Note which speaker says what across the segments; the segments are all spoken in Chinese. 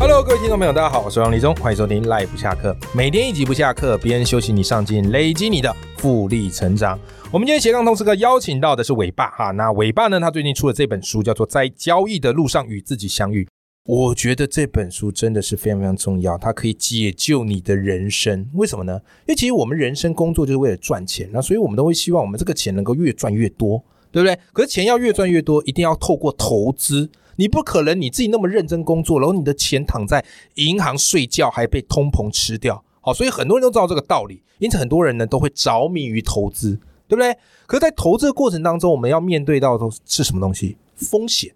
Speaker 1: Hello，各位听众朋友，大家好，我是欧阳立中，欢迎收听 Life 不下课，每天一集不下课，边休息你上进，累积你的复利成长。我们今天斜杠通识课邀请到的是伟爸哈，那伟爸呢，他最近出了这本书，叫做《在交易的路上与自己相遇》。我觉得这本书真的是非常非常重要，它可以解救你的人生。为什么呢？因为其实我们人生工作就是为了赚钱，那所以我们都会希望我们这个钱能够越赚越多，对不对？可是钱要越赚越多，一定要透过投资。你不可能你自己那么认真工作，然后你的钱躺在银行睡觉，还被通膨吃掉。好，所以很多人都知道这个道理，因此很多人呢都会着迷于投资，对不对？可是，在投资的过程当中，我们要面对到的是什么东西？风险，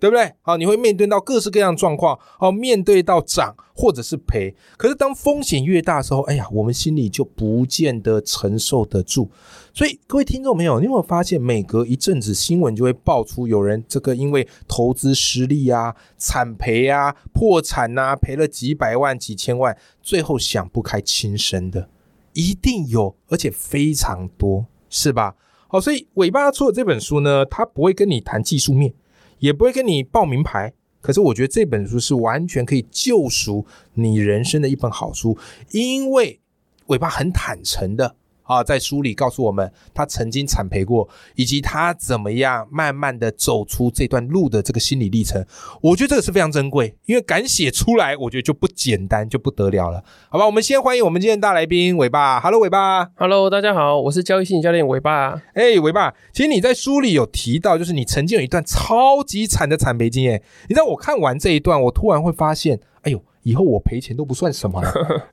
Speaker 1: 对不对？好，你会面对到各式各样的状况，哦，面对到涨或者是赔。可是，当风险越大的时候，哎呀，我们心里就不见得承受得住。所以各位听众朋友，你有没有发现，每隔一阵子新闻就会爆出有人这个因为投资失利啊、惨赔啊、破产呐、啊，赔了几百万、几千万，最后想不开轻生的，一定有，而且非常多，是吧？好，所以尾巴出的这本书呢，它不会跟你谈技术面，也不会跟你报名牌。可是我觉得这本书是完全可以救赎你人生的一本好书，因为尾巴很坦诚的啊，在书里告诉我们他曾经惨赔过，以及他怎么样慢慢的走出这段路的这个心理历程。我觉得这个是非常珍贵，因为敢写出来，我觉得就不简单，就不得了了。好吧，我们先欢迎我们今天的大来宾尾巴，Hello 尾巴。
Speaker 2: Hello，大家好，我是交易心理教练伟爸。
Speaker 1: 哎、伟爸，其实你在书里有提到，就是你曾经有一段超级惨的惨赔经验。你知道我看完这一段，我突然会发现，哎呦，以后我赔钱都不算什么了。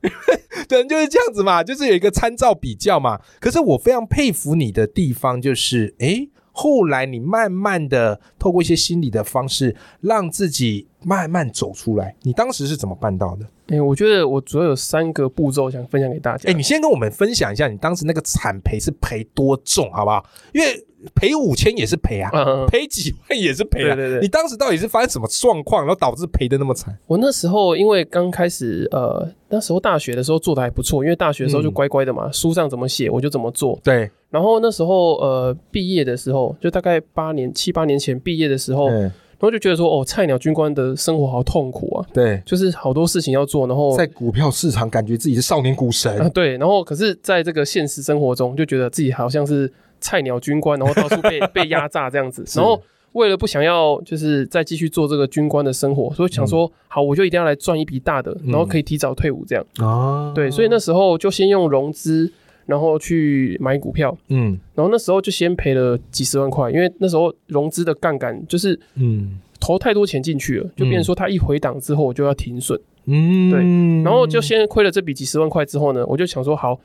Speaker 1: 人就是这样子嘛，就是有一个参照比较嘛。可是我非常佩服你的地方，就是哎，后来你慢慢的透过一些心理的方式，让自己慢慢走出来。你当时是怎么办到的？
Speaker 2: 哎、我觉得我主要有三个步骤想分享给大家。
Speaker 1: 哎，你先跟我们分享一下你当时那个惨赔是赔多重，好不好？因为赔五千也是赔啊。
Speaker 2: 嗯，嗯，嗯
Speaker 1: 赔几万也是赔啊！
Speaker 2: 对对对
Speaker 1: 你当时到底是发生什么状况，然后导致赔的那么惨？
Speaker 2: 我那时候因为刚开始，呃，那时候大学的时候做的还不错，因为大学的时候就
Speaker 1: 嗯
Speaker 2: 乖乖的嘛，书上怎么写我就怎么做。
Speaker 1: 对，
Speaker 2: 然后那时候，呃，毕业的时候就大概八年七八年前毕业的时候，然
Speaker 1: 嗯，
Speaker 2: 后就觉得说，哦，菜鸟军官的生活好痛苦啊，
Speaker 1: 对，
Speaker 2: 就是好多事情要做，然后
Speaker 1: 在股票市场感觉自己是少年股
Speaker 2: 啊，
Speaker 1: 神，
Speaker 2: 对，然后可是在这个现实生活中，就觉得自己好像是菜鸟军官，然后到 处被被压榨这样子。
Speaker 1: 是
Speaker 2: 然后为了不想要就是再继续做这个军官的生活，
Speaker 1: 嗯
Speaker 2: 所以想说，好，我就一定要来赚一笔大的，然后可以提早退伍这样。
Speaker 1: 哦
Speaker 2: 对，所以那时候就先用融资，然后去买股票，
Speaker 1: 嗯
Speaker 2: 然后那时候就先赔了几十万块，因为那时候融资的杠杆就是
Speaker 1: 嗯
Speaker 2: 投太多钱进去了，就变成
Speaker 1: 嗯
Speaker 2: 说它一回档之后我就要停损。
Speaker 1: 嗯，对
Speaker 2: 然后就先亏了这笔几十万块之后呢，我就想说好，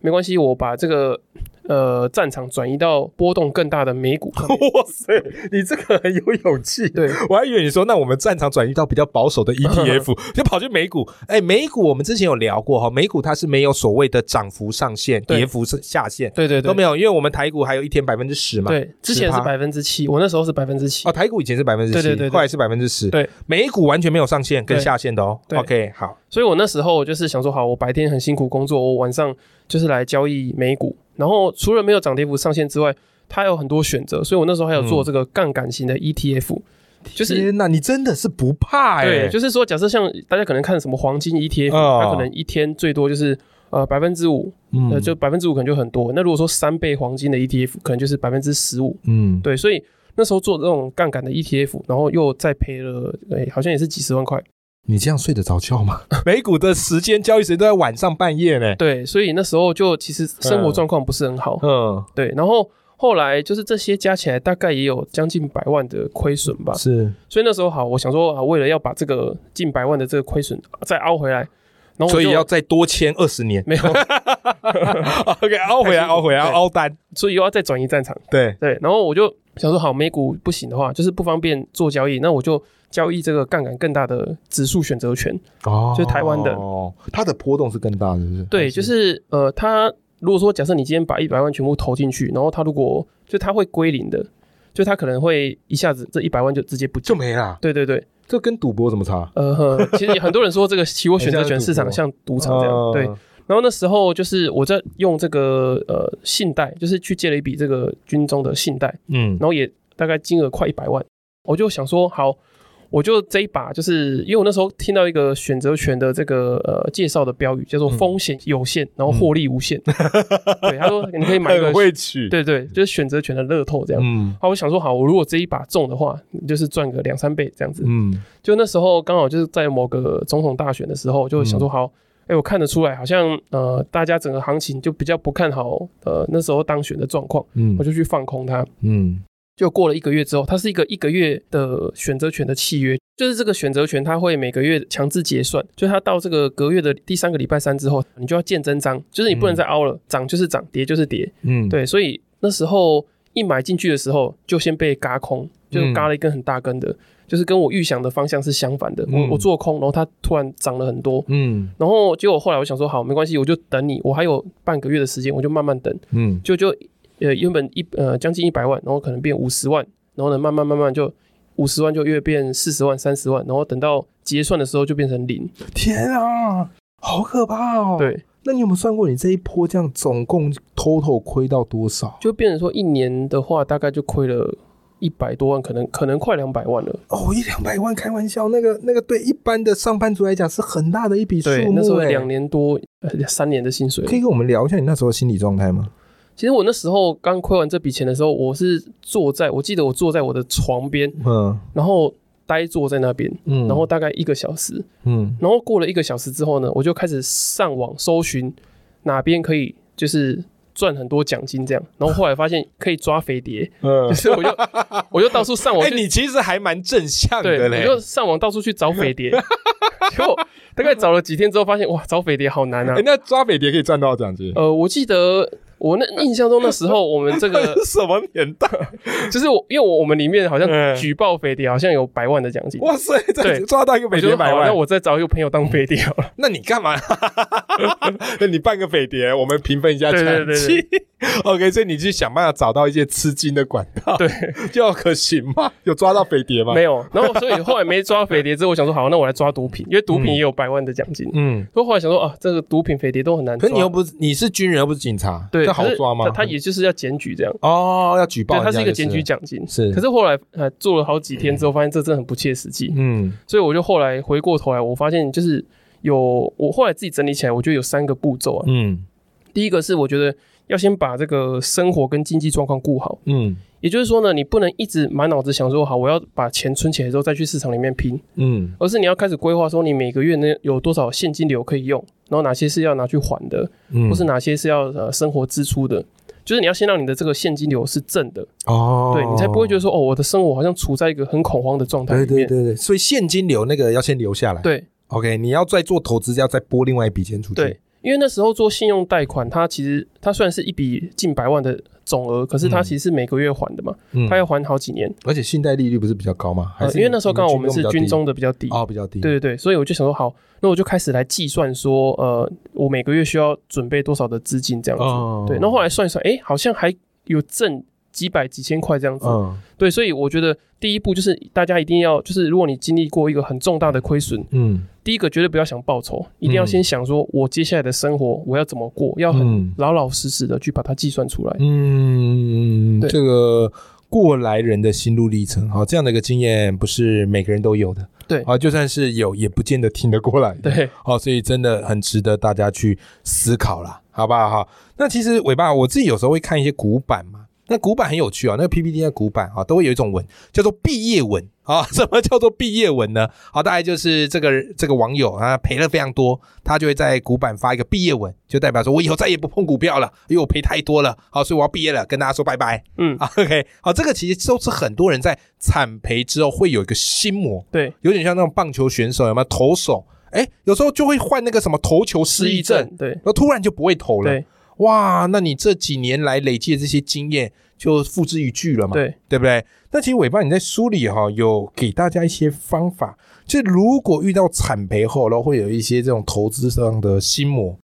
Speaker 2: 没关系，我把这个呃战场转移到波动更大的美股 上面。
Speaker 1: 哇塞，你这个很有勇气。
Speaker 2: 对，
Speaker 1: 我还以为你说，那我们战场转移到比较保守的 ETF，就跑去美股。哎，美股我们之前有聊过哈，美股它是没有所谓的涨幅上限、
Speaker 2: 对
Speaker 1: 跌幅下限
Speaker 2: 对对
Speaker 1: 都
Speaker 2: 对，
Speaker 1: 没有，因为我们台股还有一天百分之十嘛。
Speaker 2: 对，之前是
Speaker 1: 10%
Speaker 2: 百分之七，我那时候是百分之七
Speaker 1: 哦，。台股以前是百分之
Speaker 2: 对对
Speaker 1: 七，
Speaker 2: 对对
Speaker 1: 后来是百分之十。
Speaker 2: 对，
Speaker 1: 美股完全没有上限跟下限的哦。
Speaker 2: 对
Speaker 1: OK，好，
Speaker 2: 所以我那时候就是想说，好，我白天很辛苦工作，我晚上就是来交易美股。然后除了没有涨跌幅上限之外，它有很多选择，所以我那时候还有做这个杠杆型的 ETF，、就是。
Speaker 1: 嗯天哪，你真的是不怕哎、
Speaker 2: 对，就是说，假设像大家可能看什么黄金 ETF，、
Speaker 1: 哦
Speaker 2: 它可能一天最多就是呃百分之五
Speaker 1: 嗯
Speaker 2: 呃，就百分之五可能就很多。那如果说三倍黄金的 ETF，可能就是百分之十五。
Speaker 1: 嗯，
Speaker 2: 对，所以那时候做这种杠杆的 ETF，然后又再赔了，哎、好像也是几十万块。
Speaker 1: 你这样睡得着觉吗？ 美股的时间交易时间都在晚上半夜呢。
Speaker 2: 对，所以那时候就其实生活状况不是很好。
Speaker 1: 嗯，
Speaker 2: 对，然后后来就是这些加起来大概也有将近百万的亏损吧。
Speaker 1: 是，
Speaker 2: 所以那时候好，我想说啊，为了要把这个近百万的这个亏损再凹回来，然后我
Speaker 1: 所以
Speaker 2: 就
Speaker 1: 要再多签二十
Speaker 2: 。
Speaker 1: 年
Speaker 2: 没 有，
Speaker 1: OK，凹回来，凹回来，
Speaker 2: 对
Speaker 1: 凹单。
Speaker 2: 所以又要再转移战场。
Speaker 1: 对，
Speaker 2: 对，然后我就想说，好，美股不行的话，就是不方便做交易，那我就交易这个杠杆更大的指数选择权。
Speaker 1: 哦
Speaker 2: 就是台湾的
Speaker 1: 哦，它的波动是更大，是不是？
Speaker 2: 对，就是呃，它如果说假设你今天把一百万全部投进去，然后它如果就它会归零的，就它可能会一下子这一百万就直接不
Speaker 1: 嗯就
Speaker 2: 见。
Speaker 1: 没啦。
Speaker 2: 对对对，
Speaker 1: 这跟赌博怎么差？
Speaker 2: 呃，呵其实很多人说这个期货选择权市场
Speaker 1: 很像
Speaker 2: 像赌场这样，对。
Speaker 1: 哦
Speaker 2: 然后那时候就是我在用这个呃信贷，就是去借了一笔这个军中的信贷，
Speaker 1: 嗯
Speaker 2: 然后也大概金额快一百万，我就想说好，我就这一把就是因为我那时候听到一个选择权的这个呃介绍的标语，叫做
Speaker 1: 嗯
Speaker 2: 风险有限，然后获利无 限。对，他说你可以买一个
Speaker 1: 很，会取，
Speaker 2: 对对，就是选择权的乐透这样。
Speaker 1: 嗯
Speaker 2: 好，我想说好，我如果这一把中的话，就是赚个两三倍这样子。
Speaker 1: 嗯
Speaker 2: 就那时候刚好就是在某个总统大选的时候，就
Speaker 1: 嗯
Speaker 2: 想说好，哎、我看得出来，好像呃，大家整个行情就比较不看好呃那时候当选的状况，
Speaker 1: 嗯
Speaker 2: 我就去放空它。
Speaker 1: 嗯
Speaker 2: 就过了一个月之后，它是一个一个月的选择权的契约，就是这个选择权它会每个月强制结算，就是它到这个隔月的第三个礼拜三之后，你就要见真章，就是你不能再凹了，涨就是涨，跌就是跌，
Speaker 1: 嗯，
Speaker 2: 对，所以那时候一买进去的时候，就先被嘎空，就
Speaker 1: 嗯
Speaker 2: 嘎了一根很大根的，就是跟我预想的方向是相反的。
Speaker 1: 嗯
Speaker 2: 我我做空，然后它突然涨了很多，
Speaker 1: 嗯
Speaker 2: 然后结果后来我想说，好，没关系，我就等你，我还有半个月的时间，我就慢慢等，
Speaker 1: 嗯
Speaker 2: 就就呃原本一呃将近一百万，然后可能变五十万，然后呢慢慢慢慢就。五十万就越变四十万、三十万，然后等到结算的时候就变成零。
Speaker 1: 天啊，好可怕哦！，
Speaker 2: 对，
Speaker 1: 那你有没有算过你这一波这样总共 total 亏到多少？
Speaker 2: 就变成说一年的话，大概就亏了一百多万，可能可能快两百万了。
Speaker 1: 哦，一两百万，开玩笑，那个那个对一般的上班族来讲是很大的一笔数
Speaker 2: 对，那时
Speaker 1: 目
Speaker 2: 候
Speaker 1: 哎。
Speaker 2: 两年多、呃、三年的薪水。
Speaker 1: 可以跟我们聊一下你那时候的心理状态吗？
Speaker 2: 其实我那时候刚亏完这笔钱的时候，我是坐在，我记得我坐在我的床边，
Speaker 1: 嗯
Speaker 2: 然后呆坐在那边，
Speaker 1: 嗯
Speaker 2: 然后大概一个小时。
Speaker 1: 嗯
Speaker 2: 然后过了一个小时之后呢，我就开始上网搜寻哪边可以就是赚很多奖金这样。然后后来发现可以抓 飞碟，
Speaker 1: 嗯
Speaker 2: 就，是我就我就到处上网
Speaker 1: 哎，
Speaker 2: 去
Speaker 1: 你其实还蛮正向
Speaker 2: 对，
Speaker 1: 的
Speaker 2: 我
Speaker 1: 嘞。
Speaker 2: 就上网到处去找 匪谍，结果大概找了几天之后，发现哇，找匪谍好难啊
Speaker 1: 哎，！那抓匪谍可以赚多少奖金？
Speaker 2: 呃，我记得我那印象中那时候我们这个
Speaker 1: 什么年代？
Speaker 2: 就是我，因为我我们里面好像
Speaker 1: 嗯
Speaker 2: 举报匪谍，好像有百万的奖金。
Speaker 1: 哇塞，这
Speaker 2: 对
Speaker 1: 抓到一个
Speaker 2: 我
Speaker 1: 匪
Speaker 2: 觉
Speaker 1: 谍
Speaker 2: 得
Speaker 1: 百
Speaker 2: 好，那
Speaker 1: 万，
Speaker 2: 我再找一个朋友当匪谍好了。
Speaker 1: 那你干嘛？ 那你办个匪谍，我们平分一下
Speaker 2: 对
Speaker 1: 奖
Speaker 2: 对对
Speaker 1: 金。OK，所以 你去想办法找到一些吃金的管道，
Speaker 2: 对，
Speaker 1: 就可行吗？有抓到匪谍吗？
Speaker 2: 没有。然后所以后来没抓匪谍之后，我想说好，那我来抓毒品，因为毒品也有百万的奖金。
Speaker 1: 嗯，
Speaker 2: 所以后来想说啊，这个毒品匪谍都很难
Speaker 1: 可
Speaker 2: 抓。
Speaker 1: 是你又不是你是军人又不是警察，
Speaker 2: 对，
Speaker 1: 这好
Speaker 2: 可是
Speaker 1: 抓吗
Speaker 2: 他？他也就是要检举这样。
Speaker 1: 哦，要举报
Speaker 2: 对，
Speaker 1: 人家
Speaker 2: 它
Speaker 1: 就是了，
Speaker 2: 一个检举奖金。
Speaker 1: 是
Speaker 2: 可是后来呃做了好几天之后，发现这真的很不切实际，
Speaker 1: 嗯
Speaker 2: 所以我就后来回过头来，我发现就是有我后来自己整理起来，我觉得有三个步骤啊。
Speaker 1: 嗯
Speaker 2: 第一个是我觉得要先把这个生活跟经济状况顾好，
Speaker 1: 嗯
Speaker 2: 也就是说呢，你不能一直满脑子想说好我要把钱存起来之后再去市场里面拼，
Speaker 1: 嗯
Speaker 2: 而是你要开始规划说你每个月呢有多少现金流可以用，然后哪些是要拿去还的，
Speaker 1: 嗯，
Speaker 2: 或是哪些是要呃生活支出的。就是你要先让你的这个现金流是正的，
Speaker 1: 哦，
Speaker 2: 对你才不会觉得说哦，我的生活好像处在一个很恐慌的状态里
Speaker 1: 对
Speaker 2: 面。
Speaker 1: 对对对，所以现金流那个要先留下来。
Speaker 2: 对
Speaker 1: ，OK，你要再做投资，要再拨另外一笔钱出去。
Speaker 2: 对，因为那时候做信用贷款，它其实它虽然是一笔近百万的总额，可是它
Speaker 1: 嗯
Speaker 2: 其实是每个月还的嘛，
Speaker 1: 嗯，
Speaker 2: 它要还好几年。
Speaker 1: 而且信贷利率不是比较高吗？还
Speaker 2: 呃，
Speaker 1: 是
Speaker 2: 因为那时候刚好我们是军
Speaker 1: 中
Speaker 2: 中的比较低，
Speaker 1: 哦，比较低。
Speaker 2: 对对对，所以我就想说，好，那我就开始来计算说，呃，我每个月需要准备多少的资金这样子。
Speaker 1: 哦
Speaker 2: 对，然后后来算一算，哎，好像还有挣几百几千块这样子。
Speaker 1: 嗯
Speaker 2: 对，所以我觉得第一步就是大家一定要，就是如果你经历过一个很重大的亏损，
Speaker 1: 嗯
Speaker 2: 第一个绝对不要想报酬，一定要先想说我接下来的生活我要怎么过，要
Speaker 1: 嗯
Speaker 2: 很老老实实的去把它计算出来。
Speaker 1: 嗯，
Speaker 2: 对
Speaker 1: 这个过来人的心路历程，好，这样的一个经验不是每个人都有的。
Speaker 2: 对
Speaker 1: 啊，就算是有，也不见得听得过来。
Speaker 2: 对，
Speaker 1: 好，哦所以真的很值得大家去思考啦，好不好？哈，那其实尾巴我自己有时候会看一些古板嘛，那古板很有趣啊、那个 PPT 的古板啊，都会有一种文叫做毕业文啊。 什么叫做毕业文呢？哦好，大概就是这个这个网友啊赔了非常多，他就会在古板发一个毕业文，就代表说我以后再也不碰股票了，因为我赔太多了，好，所以我要毕业了，跟大家说拜拜。
Speaker 2: 嗯，
Speaker 1: 啊 OK，好，这个其实都是很多人在惨赔之后会有一个心魔，
Speaker 2: 对，
Speaker 1: 有点像那种棒球选手有没有投手？哎，有时候就会患那个什么投球失忆症，
Speaker 2: 症，对
Speaker 1: 然后突然就不会投了。
Speaker 2: 对
Speaker 1: 哇，那你这几年来累积的这些经验就付之一炬了嘛，
Speaker 2: 对，
Speaker 1: 不对？那其实尾巴你在书里哈、有给大家一些方法，就是如果遇到惨赔后，然后会有一些这种投资上的心魔，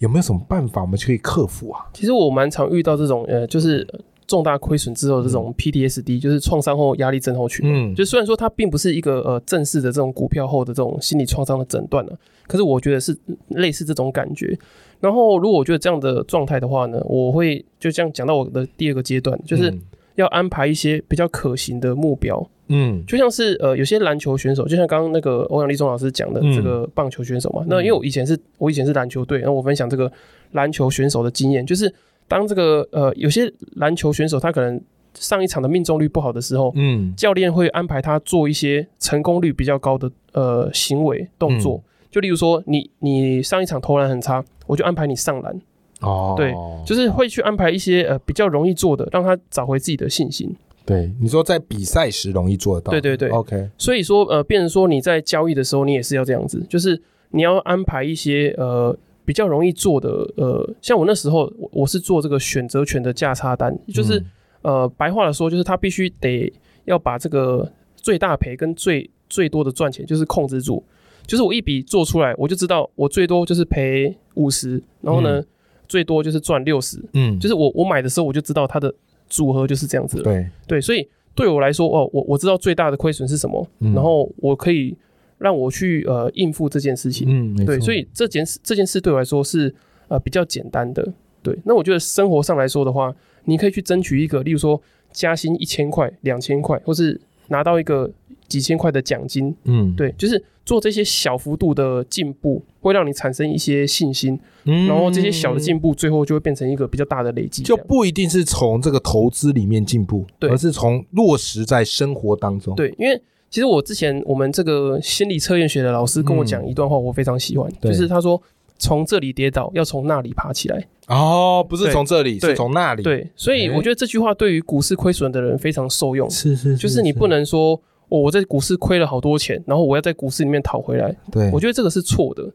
Speaker 1: 有没有什么办法我们可以克服啊？
Speaker 2: 其实我蛮常遇到这种呃，就是重大亏损之后的这种 PTSD，就是创伤后压力症候群。
Speaker 1: 嗯，
Speaker 2: 就虽然说它并不是一个呃正式的这种股票后的这种心理创伤的诊断呢、啊可是我觉得是类似这种感觉。然后如果我觉得这样的状态的话呢，我会就这样讲到我的第二个阶段，就是要安排一些比较可行的目标。
Speaker 1: 嗯
Speaker 2: 就像是呃，有些篮球选手，就像刚刚那个欧阳立中老师讲的
Speaker 1: 嗯
Speaker 2: 这个棒球选手嘛。那
Speaker 1: 嗯
Speaker 2: 因为我以前是我以前是篮球队，然后我分享这个篮球选手的经验，就是当这个呃有些篮球选手他可能上一场的命中率不好的时候，
Speaker 1: 嗯
Speaker 2: 教练会安排他做一些成功率比较高的呃行为动作。就例如说你你上一场投篮很差，我就安排你上篮，
Speaker 1: 哦，
Speaker 2: 对就是会去安排一些呃比较容易做的，让他找回自己的信心。
Speaker 1: 对你说在比赛时容易做得到，
Speaker 2: 对对对
Speaker 1: ，OK，
Speaker 2: 所以说，呃，变成说你在交易的时候，你也是要这样子，就是你要安排一些呃比较容易做的，呃，像我那时候我我是做这个选择权的价差单，就是、
Speaker 1: 嗯
Speaker 2: 呃白话的说，就是他必须得要把这个最大赔跟最最多的赚钱就是控制住，就是我一笔做出来，我就知道我最多就是赔五十，然后呢、最多就是赚六十，
Speaker 1: 嗯，
Speaker 2: 就是我我买的时候我就知道它的组合就是这样子了。
Speaker 1: 对，
Speaker 2: 对，所以对我来说，哦，我我知道最大的亏损是什么，
Speaker 1: 嗯
Speaker 2: 然后我可以让我去呃应付这件事情。
Speaker 1: 嗯，没
Speaker 2: 对，
Speaker 1: 错
Speaker 2: 所以这件事这件事对我来说是呃比较简单的。对，那我觉得生活上来说的话，你可以去争取一个，例如说加薪一千块、两千块，或是拿到一个几千块的奖金。
Speaker 1: 嗯，
Speaker 2: 对，就是做这些小幅度的进步，会让你产生一些信心，
Speaker 1: 嗯，
Speaker 2: 然后这些小的进步，最后就会变成一个比较大的累积这
Speaker 1: 就
Speaker 2: 样。
Speaker 1: 不一定是从这个投资里面进步，
Speaker 2: 对
Speaker 1: 而是从落实在生活当中。，
Speaker 2: 对，因为其实我之前我们这个心理测验学的老师跟我讲
Speaker 1: 嗯
Speaker 2: 一段话，我非常喜欢，
Speaker 1: 对
Speaker 2: 就是他说从这里跌倒，要从那里爬起来。
Speaker 1: 哦，不是
Speaker 2: 对
Speaker 1: 从这里，
Speaker 2: 对
Speaker 1: 是从那里，，
Speaker 2: 对，所以
Speaker 1: 哎
Speaker 2: 我觉得这句话对于股市亏损的人非常受用，
Speaker 1: 是是，
Speaker 2: 就是你不，能说。哦，我在股市亏了好多钱，然后我要在股市里面讨回来，
Speaker 1: 对，
Speaker 2: 我觉得这个是错的。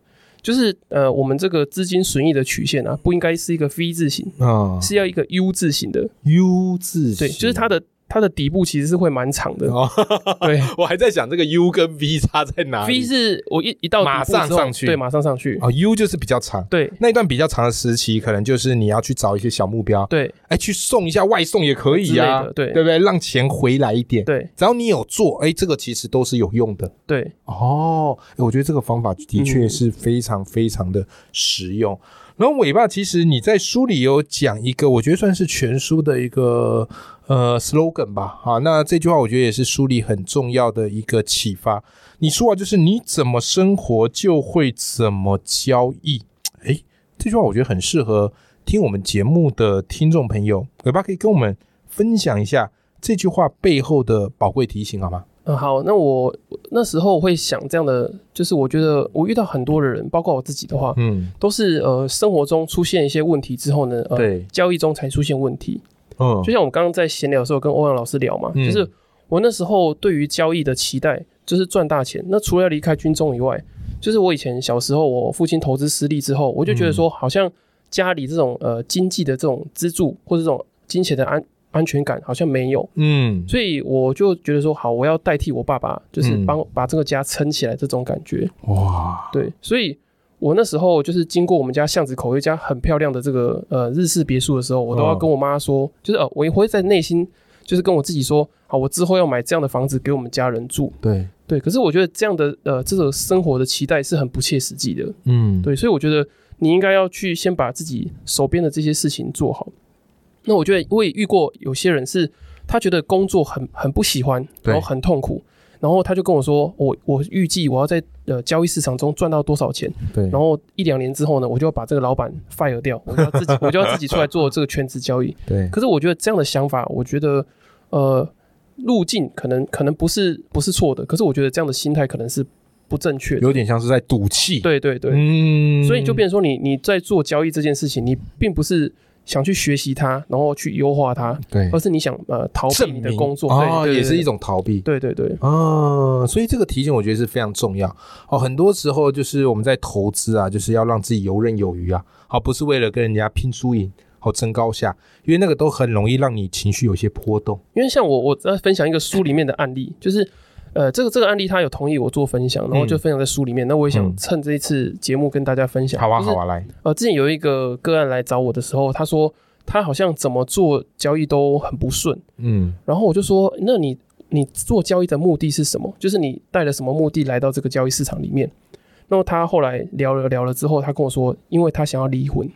Speaker 2: 就是呃，我们这个资金损益的曲线啊，不应该是一个 V 字形，
Speaker 1: 啊
Speaker 2: 是要一个 U 字形的。
Speaker 1: U 字形，
Speaker 2: 对，就是它的它的底部其实是会蛮长的。
Speaker 1: 哦，
Speaker 2: 对
Speaker 1: 我还在想这个 U 跟 V 差在哪里
Speaker 2: ，V 是我一一到底部
Speaker 1: 啊马上
Speaker 2: 之后
Speaker 1: 上去
Speaker 2: 对，马上上去。
Speaker 1: 哦 u 就是比较长。
Speaker 2: 对
Speaker 1: 那一段比较长的时期，可能就是你要去找一些小目标，
Speaker 2: 对
Speaker 1: 哎，去送一下外送也可以
Speaker 2: 之类
Speaker 1: 呀、啊
Speaker 2: 的，，对
Speaker 1: 对不对？让钱回来一点，
Speaker 2: 对
Speaker 1: 只要你有做，哎，这个其实都是有用的。
Speaker 2: 对
Speaker 1: 哦，诶我觉得这个方法的确是非常非常的实用。然后尾巴，其实你在书里有讲一个，我觉得算是全书的一个呃 slogan 吧。啊，那这句话我觉得也是书里很重要的一个启发。你说啊，就是你怎么生活，就会怎么交易。诶，这句话我觉得很适合听我们节目的听众朋友。尾巴可以跟我们分享一下这句话背后的宝贵提醒好吗？
Speaker 2: 嗯，好，那我那时候会想这样的，就是我觉得我遇到很多的人，包括我自己的话，
Speaker 1: 嗯，
Speaker 2: 都是呃生活中出现一些问题之后呢，呃，
Speaker 1: 对，
Speaker 2: 交易中才出现问题。
Speaker 1: 嗯
Speaker 2: 就像我们刚刚在闲聊的时候跟欧阳老师聊嘛，
Speaker 1: 嗯
Speaker 2: 就是我那时候对于交易的期待就是赚大钱。那除了离开军中以外，就是我以前小时候我父亲投资失利之后，我就觉得
Speaker 1: 嗯
Speaker 2: 说好像家里这种呃经济的这种资助或者这种金钱的安安全感好像没有。
Speaker 1: 嗯，
Speaker 2: 所以我就觉得说，好，我要代替我爸爸，就是
Speaker 1: 嗯
Speaker 2: 帮、把这个家撑起来这种感觉。
Speaker 1: 哇，
Speaker 2: 对，所以我那时候就是经过我们家巷子口有一家很漂亮的这个呃日式别墅的时候，我都要
Speaker 1: 嗯
Speaker 2: 跟我妈说，就是呃，我也会在内心就是跟我自己说，好，我之后要买这样的房子给我们家人住。
Speaker 1: 对，
Speaker 2: 对，可是我觉得这样的呃这种生活的期待是很不切实际的。
Speaker 1: 嗯，
Speaker 2: 对，所以我觉得你应该要去先把自己手边的这些事情做好。那我觉得我也遇过有些人是，他觉得工作很很不喜欢，
Speaker 1: 对
Speaker 2: 然后很痛苦，然后他就跟我说，我我预计我要在呃交易市场中赚到多少钱，
Speaker 1: 对，
Speaker 2: 然后一两年之后呢，我就要把这个老板 fire 掉，我就要 自己我就要自己出来做这个全职交易。
Speaker 1: 对，
Speaker 2: 可是我觉得这样的想法，我觉得呃路径可能可能不是不是错的，可是我觉得这样的心态可能是不正确的。
Speaker 1: 有点像是在赌气，，
Speaker 2: 对对对，
Speaker 1: 嗯
Speaker 2: 所以就变成说你你在做交易这件事情，你并不是想去学习它，然后去优化它，
Speaker 1: 对
Speaker 2: 而是你想呃逃避
Speaker 1: 证
Speaker 2: 你
Speaker 1: 明
Speaker 2: 的工作，
Speaker 1: 哦，
Speaker 2: 对，对
Speaker 1: 也是一
Speaker 2: 对
Speaker 1: 种逃避。
Speaker 2: 对对对，
Speaker 1: 啊，所以这个提醒我觉得是非常重要哦。很多时候就是我们在投资啊，就是要让自己游刃有余啊，好、不是为了跟人家拼输赢，好、争高下，因为那个都很容易让你情绪有些波动。
Speaker 2: 因为像我我在分享一个书里面的案例，就是呃这个这个案例他有同意我做分享，然后就分享在书里面，那我也想
Speaker 1: 嗯
Speaker 2: 趁这一次节目跟大家分享，
Speaker 1: 好啊，
Speaker 2: 就是
Speaker 1: 好啊，来，
Speaker 2: 呃之前有一个个案来找我的时候，他说。他好像怎么做交易都很不顺。
Speaker 1: 嗯
Speaker 2: 然后我就说，那你你做交易的目的是什么？就是你带了什么目的来到这个交易市场里面？那么他后来聊了聊了之后，他跟我说，因为他想要离婚，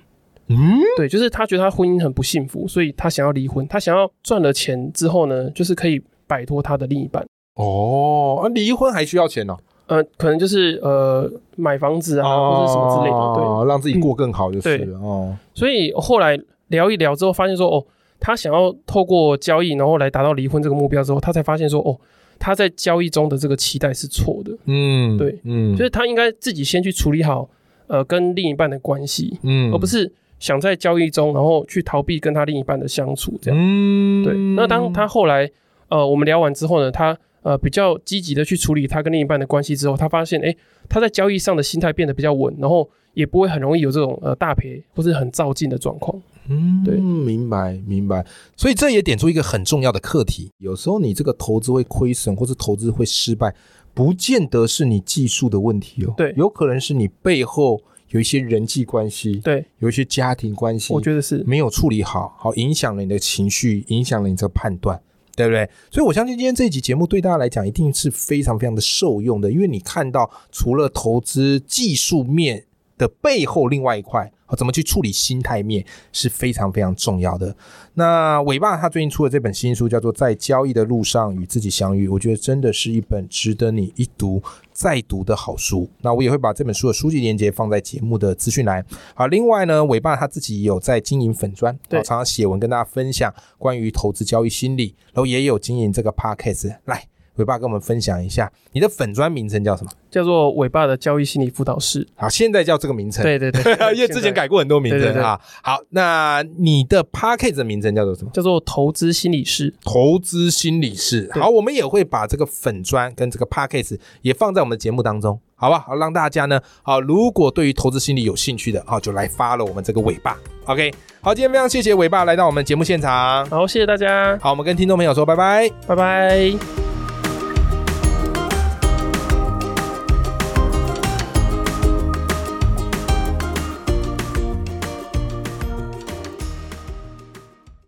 Speaker 1: 嗯，
Speaker 2: 对，就是他觉得他婚姻很不幸福，所以他想要离婚，他想要赚了钱之后呢，就是可以摆脱他的另一半。
Speaker 1: 哦，啊离婚还需要钱哦，
Speaker 2: 呃，可能就是呃买房子啊，或者什么之类的，对。
Speaker 1: 哦，让自己过更好就是
Speaker 2: 嗯
Speaker 1: 了哦。
Speaker 2: 所以后来聊一聊之后，发现说，哦，他想要透过交易，然后来达到离婚这个目标之后，他才发现说，哦，他在交易中的这个期待是错的，
Speaker 1: 嗯，
Speaker 2: 对，
Speaker 1: 嗯，
Speaker 2: 就是他应该自己先去处理好，呃，跟另一半的关系，
Speaker 1: 嗯
Speaker 2: 而不是想在交易中，然后去逃避跟他另一半的相处，这样。
Speaker 1: 嗯，
Speaker 2: 对，那当他后来，呃，我们聊完之后呢，他呃比较积极的去处理他跟另一半的关系之后，他发现，哎、他在交易上的心态变得比较稳，然后也不会很容易有这种呃大赔或是很照进的状况。
Speaker 1: 嗯，
Speaker 2: 对
Speaker 1: 明白明白。所以这也点出一个很重要的课题：有时候你这个投资会亏损，或是投资会失败，不见得是你技术的问题哦，
Speaker 2: 对
Speaker 1: 有可能是你背后有一些人际关系，
Speaker 2: 对，
Speaker 1: 有一些家庭关系，
Speaker 2: 我觉得是，
Speaker 1: 没有处理好，好影响了你的情绪，影响了你的判断，对不对？所以我相信今天这一集节目对大家来讲一定是非常非常的受用的，因为你看到除了投资技术面的背后，另外一块啊，怎么去处理心态面是非常非常重要的。那伟爸他最近出了这本新书，叫做《在交易的路上与自己相遇》，我觉得真的是一本值得你一读再读的好书。那我也会把这本书的书籍链接放在节目的资讯栏。好，另外呢，伟爸他自己有在经营粉砖，
Speaker 2: 对
Speaker 1: 好常常写文跟大家分享关于投资交易心理，然后也有经营这个 podcast。来，伟爸跟我们分享一下你的粉砖名称叫什么？
Speaker 2: 叫做尾巴的交易心理辅导室。
Speaker 1: 好，现在叫这个名称。 ，
Speaker 2: 对对 对
Speaker 1: 因为之前改过很多名
Speaker 2: 对
Speaker 1: 称
Speaker 2: 对对
Speaker 1: 啊。好，那你的 p a c k a g e 的名称叫做什么？
Speaker 2: 叫做投资心理师。
Speaker 1: 投资心理室。
Speaker 2: 对
Speaker 1: 好，我们也会把这个粉砖跟这个 p a c k a g e 也放在我们的节目当中，好吧？好，让大家呢，好，如果对于投资心理有兴趣的，好，就来发了我们这个尾巴。OK，好，今天非常谢谢尾巴来到我们节目现场。
Speaker 2: 好，谢谢大家，
Speaker 1: 好，我们跟听众朋友说拜拜。
Speaker 2: 拜拜。